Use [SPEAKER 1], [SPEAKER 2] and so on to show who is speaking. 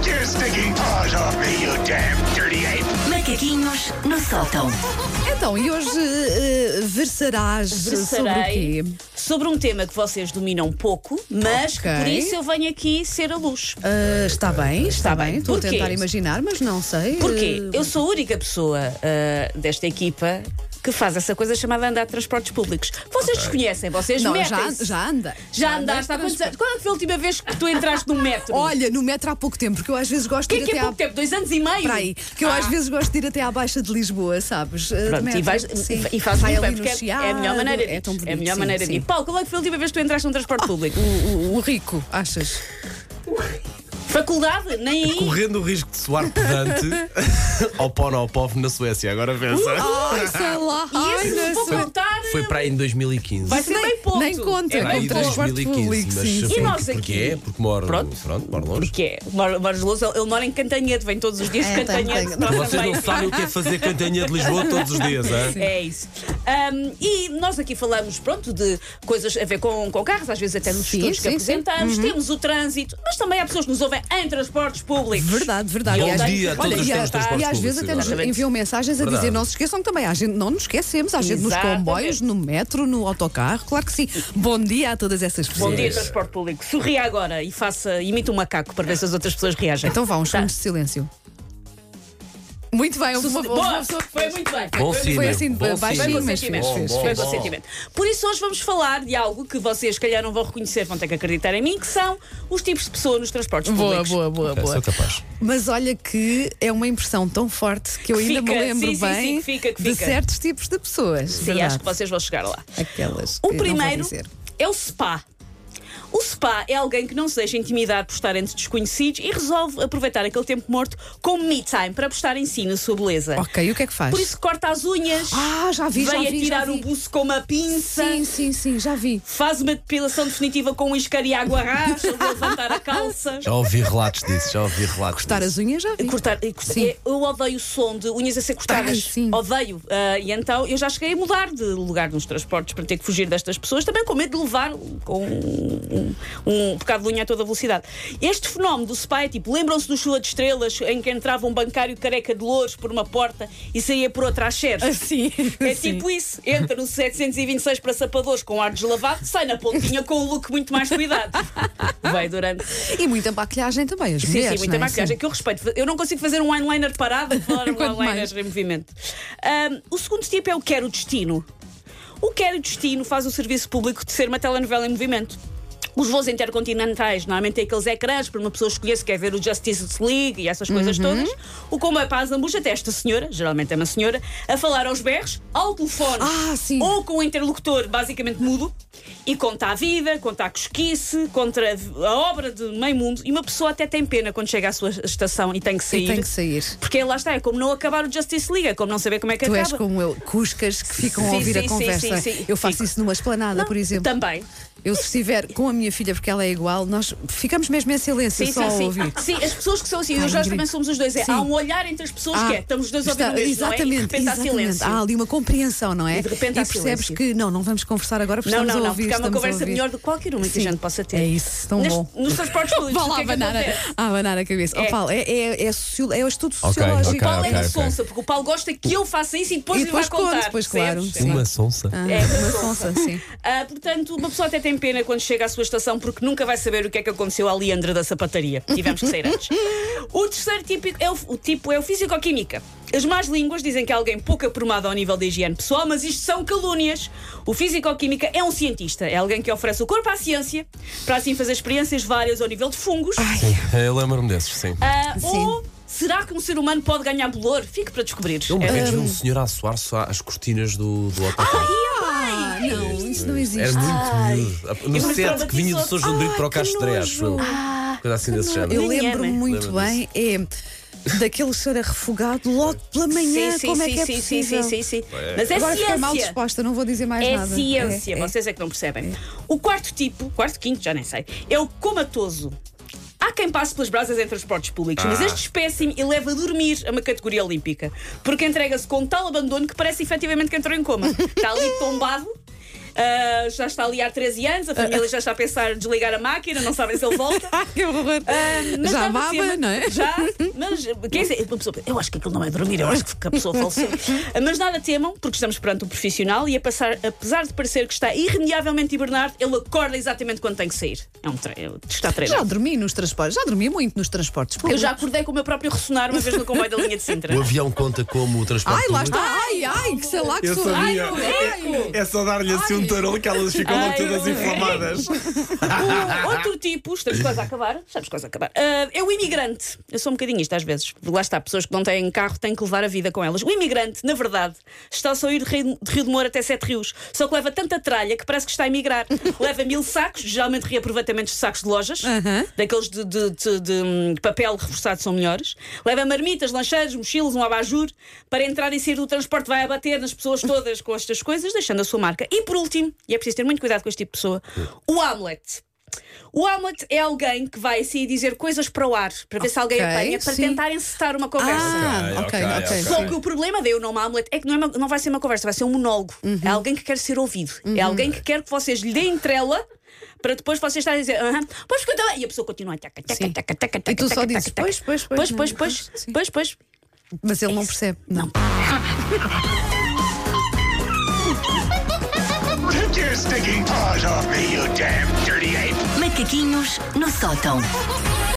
[SPEAKER 1] taking paws off me, you damn dirty ape!
[SPEAKER 2] Macaquinhos no sótão.
[SPEAKER 3] Então, e hoje eh, versarás sobre o
[SPEAKER 4] Versarei
[SPEAKER 3] quê?
[SPEAKER 4] sobre um tema que vocês dominam pouco, mas que por
[SPEAKER 3] Ok.
[SPEAKER 4] isso eu venho aqui ser a luz.
[SPEAKER 3] Ah, está bem, está bem. Estou a
[SPEAKER 4] Porquê?
[SPEAKER 3] tentar imaginar, mas não sei.
[SPEAKER 4] Porquê?
[SPEAKER 3] Eh,
[SPEAKER 4] Eu sou a única pessoa ah, desta equipa que faz essa coisa chamada andar de transportes públicos. Vocês desconhecem, vocês
[SPEAKER 3] Não, já,
[SPEAKER 4] metem-se.
[SPEAKER 3] já anda.
[SPEAKER 4] Já andaste há quantos anos? Quando é que foi a última vez que tu entraste no metro?
[SPEAKER 3] Olha, no metro há pouco tempo, porque eu às vezes gosto
[SPEAKER 4] que
[SPEAKER 3] de
[SPEAKER 4] é
[SPEAKER 3] ir
[SPEAKER 4] que é
[SPEAKER 3] até
[SPEAKER 4] pouco
[SPEAKER 3] à...
[SPEAKER 4] tempo? Dois anos e meio?
[SPEAKER 3] Para aí, que eu às vezes gosto de ir até à Baixa de Lisboa, sabes? Eh, de
[SPEAKER 4] Pronto,
[SPEAKER 3] metro.
[SPEAKER 4] e, vais,
[SPEAKER 3] Sim.
[SPEAKER 4] e fazes
[SPEAKER 3] Vai
[SPEAKER 4] muito
[SPEAKER 3] ali
[SPEAKER 4] bem,
[SPEAKER 3] no
[SPEAKER 4] porque é- é a melhor
[SPEAKER 3] Chiado,
[SPEAKER 4] maneira de
[SPEAKER 3] É, tão bonito,
[SPEAKER 4] a melhor
[SPEAKER 3] sim,
[SPEAKER 4] maneira de ir.
[SPEAKER 3] sim.
[SPEAKER 4] Paulo, quando é que foi a última vez que tu entraste num transporte público?
[SPEAKER 3] O, o- o rico, achas?
[SPEAKER 4] Faculdade? Nem aí?
[SPEAKER 5] Correndo o risco de soar pedante ao pó ao povo na Suécia, agora pensa.
[SPEAKER 3] Ai, sei lá.
[SPEAKER 4] um
[SPEAKER 3] Ai,
[SPEAKER 4] E esse é um não vou
[SPEAKER 3] sei.
[SPEAKER 4] contar.
[SPEAKER 5] Foi para aí em 2015.
[SPEAKER 4] Vai ser
[SPEAKER 3] Nem-
[SPEAKER 4] é bem pouco.
[SPEAKER 3] nem conta.
[SPEAKER 4] É
[SPEAKER 5] para
[SPEAKER 4] bem
[SPEAKER 5] aí em
[SPEAKER 3] oh. Contra o
[SPEAKER 4] pouco.
[SPEAKER 3] transporte
[SPEAKER 5] 2015,
[SPEAKER 3] público,
[SPEAKER 5] mas
[SPEAKER 3] sim.
[SPEAKER 4] E nós
[SPEAKER 5] porque, porque
[SPEAKER 4] aqui?
[SPEAKER 5] é? Porque moro,
[SPEAKER 4] Pronto.
[SPEAKER 5] pronto. moro longe.
[SPEAKER 4] Porque é, mora- mora de Lousa, ele mora em Cantanhede, vem todos os dias de
[SPEAKER 3] É, tem-
[SPEAKER 4] Cantanhede.
[SPEAKER 3] tem-
[SPEAKER 4] para
[SPEAKER 5] Vocês não
[SPEAKER 4] Sambaia.
[SPEAKER 5] sabem o que é fazer cantanha de Lisboa todos os dias, hã?
[SPEAKER 4] É isso. Ahm, e nós aqui falamos, pronto, de coisas a ver com, com carros, às vezes até nos
[SPEAKER 3] Sim,
[SPEAKER 4] estudos
[SPEAKER 3] sim,
[SPEAKER 4] que
[SPEAKER 3] sim. Uhum.
[SPEAKER 4] apresentamos, temos o trânsito, mas também há pessoas que nos ouvem em transportes públicos.
[SPEAKER 3] Verdade, verdade.
[SPEAKER 4] Bom
[SPEAKER 3] E às
[SPEAKER 4] dia
[SPEAKER 3] vezes-
[SPEAKER 4] a todos
[SPEAKER 3] olha,
[SPEAKER 4] os
[SPEAKER 3] e,
[SPEAKER 4] teus
[SPEAKER 3] às-
[SPEAKER 5] transportes
[SPEAKER 3] e às vezes
[SPEAKER 5] públicos
[SPEAKER 3] até nos
[SPEAKER 4] agora.
[SPEAKER 3] enviam mensagens a dizer:
[SPEAKER 5] Verdade.
[SPEAKER 3] não se esqueçam que também, a gente não nos esquecemos, às vezes nos
[SPEAKER 4] Exatamente.
[SPEAKER 3] comboios, no metro, no autocarro, claro que sim. Bom dia a todas essas pessoas.
[SPEAKER 4] Bom dia, transporte público. Sorria agora e faça, imita um macaco para ver se as outras pessoas reagem.
[SPEAKER 3] Então vá, uns
[SPEAKER 4] Tá.
[SPEAKER 3] segundos de silêncio. Muito bem, houve uma, houve uma
[SPEAKER 4] Boa!
[SPEAKER 3] pessoa que
[SPEAKER 4] Foi muito bem.
[SPEAKER 5] Bom
[SPEAKER 4] Foi
[SPEAKER 5] sim,
[SPEAKER 3] Foi assim,
[SPEAKER 5] bom
[SPEAKER 3] baixinho,
[SPEAKER 4] Foi com
[SPEAKER 5] sim.
[SPEAKER 3] mas
[SPEAKER 4] sentimento.
[SPEAKER 3] fez, fez,
[SPEAKER 5] Bom,
[SPEAKER 4] Foi
[SPEAKER 3] fez.
[SPEAKER 4] com
[SPEAKER 5] bom.
[SPEAKER 4] sentimento. Por isso, hoje vamos falar de algo que vocês, se calhar, não vão reconhecer, vão ter que acreditar em mim, que são os tipos de pessoas nos transportes
[SPEAKER 3] Boa,
[SPEAKER 4] públicos.
[SPEAKER 3] boa, boa,
[SPEAKER 5] É,
[SPEAKER 3] boa.
[SPEAKER 5] Sou capaz.
[SPEAKER 3] Mas olha que é uma impressão tão forte que eu
[SPEAKER 4] Que
[SPEAKER 3] ainda me
[SPEAKER 4] fica,
[SPEAKER 3] lembro
[SPEAKER 4] sim, sim,
[SPEAKER 3] bem
[SPEAKER 4] sim, que fica, que
[SPEAKER 3] de
[SPEAKER 4] fica.
[SPEAKER 3] certos tipos de pessoas.
[SPEAKER 4] Sim,
[SPEAKER 3] verdade.
[SPEAKER 4] acho que vocês vão chegar lá.
[SPEAKER 3] Aquelas. que
[SPEAKER 4] O
[SPEAKER 3] não vou
[SPEAKER 4] primeiro
[SPEAKER 3] dizer.
[SPEAKER 4] é o SPA. O SPA é alguém que não se deixa intimidar por estar entre desconhecidos e resolve aproveitar aquele tempo morto com me time para apostar em si na sua beleza.
[SPEAKER 3] Ok, e o que é que faz?
[SPEAKER 4] Por isso corta as unhas,
[SPEAKER 3] Ah, já vi, já
[SPEAKER 4] vem
[SPEAKER 3] vi.
[SPEAKER 4] a tirar
[SPEAKER 3] já vi.
[SPEAKER 4] o buço com uma pinça.
[SPEAKER 3] Sim, sim, sim, já vi.
[SPEAKER 4] Faz uma depilação definitiva com um iscariago arrasto, de levantar a calça.
[SPEAKER 5] Já ouvi relatos disso, já ouvi relatos.
[SPEAKER 3] Cortar as unhas já vi.
[SPEAKER 4] Cortar, e cortar-
[SPEAKER 3] Sim.
[SPEAKER 4] eu odeio o som de unhas a ser cortadas.
[SPEAKER 3] Ai, sim.
[SPEAKER 4] Odeio. Ah, e então eu já cheguei a mudar de lugar nos transportes para ter que fugir destas pessoas, também com medo de levar com um, um bocado de unha a toda velocidade. Este fenómeno do spy, tipo, lembram-se do Chula de Estrelas, em que entrava um bancário careca de louros por uma porta e saía por outra às chefes?
[SPEAKER 3] Assim.
[SPEAKER 4] É tipo isso. Entra no 726 para sapadores com ar deslavado, sai na pontinha com um look muito mais cuidado. Vai durante.
[SPEAKER 3] E muita maquilhagem também, as
[SPEAKER 4] Sim,
[SPEAKER 3] mulheres.
[SPEAKER 4] sim, muita
[SPEAKER 3] não é?
[SPEAKER 4] maquilhagem que eu respeito. Eu não consigo fazer um eyeliner parado, falar um
[SPEAKER 3] Quanto
[SPEAKER 4] eyeliner
[SPEAKER 3] mais.
[SPEAKER 4] em movimento. Ahm, o segundo tipo é o Quero Destino. O Quero Destino faz o serviço público de ser uma telenovela em movimento. Os voos intercontinentais normalmente têm aqueles ecrãs para uma pessoa escolher se quer ver o Justice League e essas coisas
[SPEAKER 3] Uhum.
[SPEAKER 4] todas. O comboio para a Zambuja até esta senhora, geralmente é uma senhora, a falar aos berros, ao telefone
[SPEAKER 3] Ah, sim.
[SPEAKER 4] ou com um interlocutor basicamente mudo e conta a vida, conta a cosquice, conta a- a obra de meio mundo. E uma pessoa até tem pena quando chega à sua estação e tem que sair.
[SPEAKER 3] E tem que sair.
[SPEAKER 4] Porque lá está, é como não acabar o Justice League, é como não saber como é que
[SPEAKER 3] Tu
[SPEAKER 4] acaba.
[SPEAKER 3] és como eu, cuscas que ficam
[SPEAKER 4] Sim,
[SPEAKER 3] a ouvir
[SPEAKER 4] sim,
[SPEAKER 3] a
[SPEAKER 4] sim,
[SPEAKER 3] conversa.
[SPEAKER 4] sim, sim.
[SPEAKER 3] Eu faço
[SPEAKER 4] Fico.
[SPEAKER 3] isso numa esplanada, por exemplo.
[SPEAKER 4] Também.
[SPEAKER 3] Eu, se estiver com a minha filha, porque ela é igual, nós ficamos mesmo em silêncio
[SPEAKER 4] Sim,
[SPEAKER 3] só
[SPEAKER 4] sim,
[SPEAKER 3] a
[SPEAKER 4] sim. Ah,
[SPEAKER 3] ouvir.
[SPEAKER 4] Sim, as pessoas que são assim,
[SPEAKER 3] Ai,
[SPEAKER 4] eu já
[SPEAKER 3] Ingrid.
[SPEAKER 4] também somos os dois. É,
[SPEAKER 3] Sim.
[SPEAKER 4] há um olhar entre as pessoas que é, estamos os dois a ouvir o
[SPEAKER 3] Ah, está-
[SPEAKER 4] mesmo,
[SPEAKER 3] exatamente,
[SPEAKER 4] não é? E de repente há
[SPEAKER 3] exatamente. Ah,
[SPEAKER 4] silêncio.
[SPEAKER 3] Há ali uma compreensão, não é?
[SPEAKER 4] E de repente há
[SPEAKER 3] e percebes
[SPEAKER 4] silêncio.
[SPEAKER 3] que não, não vamos conversar agora porque
[SPEAKER 4] Não,
[SPEAKER 3] estamos
[SPEAKER 4] não,
[SPEAKER 3] a
[SPEAKER 4] não,
[SPEAKER 3] ouvir.
[SPEAKER 4] porque há uma
[SPEAKER 3] estamos a
[SPEAKER 4] conversa
[SPEAKER 3] ouvir.
[SPEAKER 4] melhor do que qualquer uma que
[SPEAKER 3] Sim.
[SPEAKER 4] a gente possa ter.
[SPEAKER 3] É isso, tão
[SPEAKER 4] Neste-
[SPEAKER 3] bom.
[SPEAKER 4] Nos transportes públicos,
[SPEAKER 3] Vá
[SPEAKER 4] o
[SPEAKER 3] lá
[SPEAKER 4] que é que
[SPEAKER 3] abanar,
[SPEAKER 4] acontece?
[SPEAKER 3] a, a abanar a cabeça. Oh,
[SPEAKER 4] É.
[SPEAKER 3] Paulo, é, é, é, socio- é o estudo
[SPEAKER 5] Ok,
[SPEAKER 3] sociológico.
[SPEAKER 5] ok,
[SPEAKER 4] Paulo é
[SPEAKER 5] ok.
[SPEAKER 4] uma sonsa, porque o Paulo gosta que eu faça isso e depois,
[SPEAKER 3] E depois
[SPEAKER 4] lhe vai contar.
[SPEAKER 3] conto, pois, claro.
[SPEAKER 4] percebes?
[SPEAKER 3] Sim.
[SPEAKER 5] Uma sonsa.
[SPEAKER 4] É,
[SPEAKER 3] Uma sonsa, sim.
[SPEAKER 4] Ah, portanto, uma pessoa até tem pena quando chega à sua estação porque nunca vai saber o que é que aconteceu à Leandra da sapataria. Tivemos que sair antes. O terceiro tipo é o, o tipo é o físico-química. As más línguas dizem que é alguém pouco aprumado ao nível da higiene pessoal, mas isto são calúnias. O físico-química é um cientista, é alguém que oferece o corpo à ciência para assim fazer experiências várias ao nível de fungos.
[SPEAKER 5] Eu lembro-me desses, sim.
[SPEAKER 4] Ah,
[SPEAKER 3] Sim.
[SPEAKER 4] ou será que um ser humano pode ganhar bolor? Fique para descobrir.
[SPEAKER 5] Eu uma
[SPEAKER 4] É-
[SPEAKER 5] vez vi um senhor a soar só às cortinas do, do autocarro.
[SPEAKER 3] Ah, não, isso não existe.
[SPEAKER 5] é
[SPEAKER 3] Ah,
[SPEAKER 5] Era muito miúdo.
[SPEAKER 4] Eu
[SPEAKER 5] No
[SPEAKER 4] me
[SPEAKER 5] set que vinha do
[SPEAKER 4] traumatizou.
[SPEAKER 5] Sr. João Brito para o
[SPEAKER 3] que
[SPEAKER 5] Castré, acho eu.
[SPEAKER 3] nojo. Ah,
[SPEAKER 5] Coisa assim desse género.
[SPEAKER 3] Eu
[SPEAKER 4] Manhã,
[SPEAKER 3] lembro-me
[SPEAKER 4] né?
[SPEAKER 3] muito
[SPEAKER 5] Lembra
[SPEAKER 3] bem, é daquele cheiro a refogado logo pela manhã.
[SPEAKER 4] sim,
[SPEAKER 3] como é
[SPEAKER 4] sim,
[SPEAKER 3] que é
[SPEAKER 4] sim, sim,
[SPEAKER 3] possível?
[SPEAKER 4] sim, sim, sim. Mas é
[SPEAKER 3] Agora fiquei mal
[SPEAKER 4] ciência.
[SPEAKER 3] disposta, não vou dizer mais
[SPEAKER 4] É
[SPEAKER 3] nada.
[SPEAKER 4] ciência,
[SPEAKER 3] É, é.
[SPEAKER 4] vocês é que não percebem. O quarto tipo, quarto, quinto, já nem sei, é o comatoso. Há quem passe pelas brasas em transportes públicos, mas este espécime eleva a dormir a uma categoria olímpica, porque entrega-se com tal abandono que parece efetivamente que entrou em coma. Está ali tombado. Ah, já está ali há 13 anos, a família já está a pensar em desligar a máquina, não sabem se ele volta.
[SPEAKER 3] que horror.
[SPEAKER 4] Ah, mas
[SPEAKER 3] Já
[SPEAKER 4] estava
[SPEAKER 3] baba,
[SPEAKER 4] cena.
[SPEAKER 3] não é?
[SPEAKER 4] Já, mas quer dizer, uma pessoa, eu acho que aquilo não é dormir, eu acho que a pessoa faleceu. Ah, mas nada temam, porque estamos perante um profissional e a passar, apesar de parecer que está irremediavelmente hibernado, ele acorda exatamente quando tem que sair. É um tre- está
[SPEAKER 3] Já
[SPEAKER 4] treinado.
[SPEAKER 3] dormi nos transportes, já dormi muito nos transportes
[SPEAKER 4] Eu
[SPEAKER 3] públicos.
[SPEAKER 4] já acordei com o meu próprio ressonar uma vez no comboio da linha de Sintra.
[SPEAKER 5] O avião conta como transporte
[SPEAKER 3] Ai, lá
[SPEAKER 5] público?
[SPEAKER 3] está, ai, ai, que sei lá que
[SPEAKER 5] Eu
[SPEAKER 3] sou.
[SPEAKER 5] sabia.
[SPEAKER 3] Ai,
[SPEAKER 4] Ai, o Eco!
[SPEAKER 5] É só dar-lhe assim um tarol que elas ficam
[SPEAKER 4] Ai,
[SPEAKER 5] logo todas
[SPEAKER 4] eu-
[SPEAKER 5] inflamadas.
[SPEAKER 4] O outro tipo, estamos quase a acabar, estamos quase a acabar, Ah, é o imigrante. Eu sou um bocadinho isto às vezes. Lá está, pessoas que não têm carro têm que levar a vida com elas. O imigrante, na verdade, está a sair de Rio de, Rio de Moura até Sete Rios, só que leva tanta tralha que parece que está a emigrar. Leva mil sacos, geralmente reaproveitamentos de sacos de lojas,
[SPEAKER 3] Aham.
[SPEAKER 4] daqueles de, de- de- de, hum, papel reforçado são melhores. Leva marmitas, lancheiros, mochilas, um abajur. Para entrar e sair do transporte, vai abater nas pessoas todas com estas coisas, deixando a sua marca. E por último, e é preciso ter muito cuidado com este tipo de pessoa, o Hamlet. O Hamlet é alguém que vai assim dizer coisas para o ar, para ver se alguém
[SPEAKER 3] Ok,
[SPEAKER 4] apanha, para
[SPEAKER 3] sim.
[SPEAKER 4] tentar encetar uma conversa.
[SPEAKER 3] Ah, ok,
[SPEAKER 5] Ok,
[SPEAKER 3] ok.
[SPEAKER 5] ok, ok.
[SPEAKER 4] Só que o problema deu o nome Hamlet é que não, é uma- não vai ser uma conversa, vai ser um monólogo. É
[SPEAKER 3] Uhum.
[SPEAKER 4] alguém que quer ser ouvido. É alguém que quer que vocês lhe deem trela para depois vocês estarem a dizer, aham, pois porque eu também. E a pessoa continua, taca, taca,
[SPEAKER 3] Sim.
[SPEAKER 4] taca, taca,
[SPEAKER 3] E tu
[SPEAKER 4] taca,
[SPEAKER 3] só
[SPEAKER 4] taca,
[SPEAKER 3] dizes,
[SPEAKER 4] taca,
[SPEAKER 3] pois, pois, pois,
[SPEAKER 4] Pois, pois,
[SPEAKER 3] não.
[SPEAKER 4] pois,
[SPEAKER 3] Sim.
[SPEAKER 4] pois, pois. É
[SPEAKER 3] Mas ele não percebe. Não.
[SPEAKER 1] Take your stinking paws off me, you damn dirty ape!
[SPEAKER 2] Macaquinhos no sótão.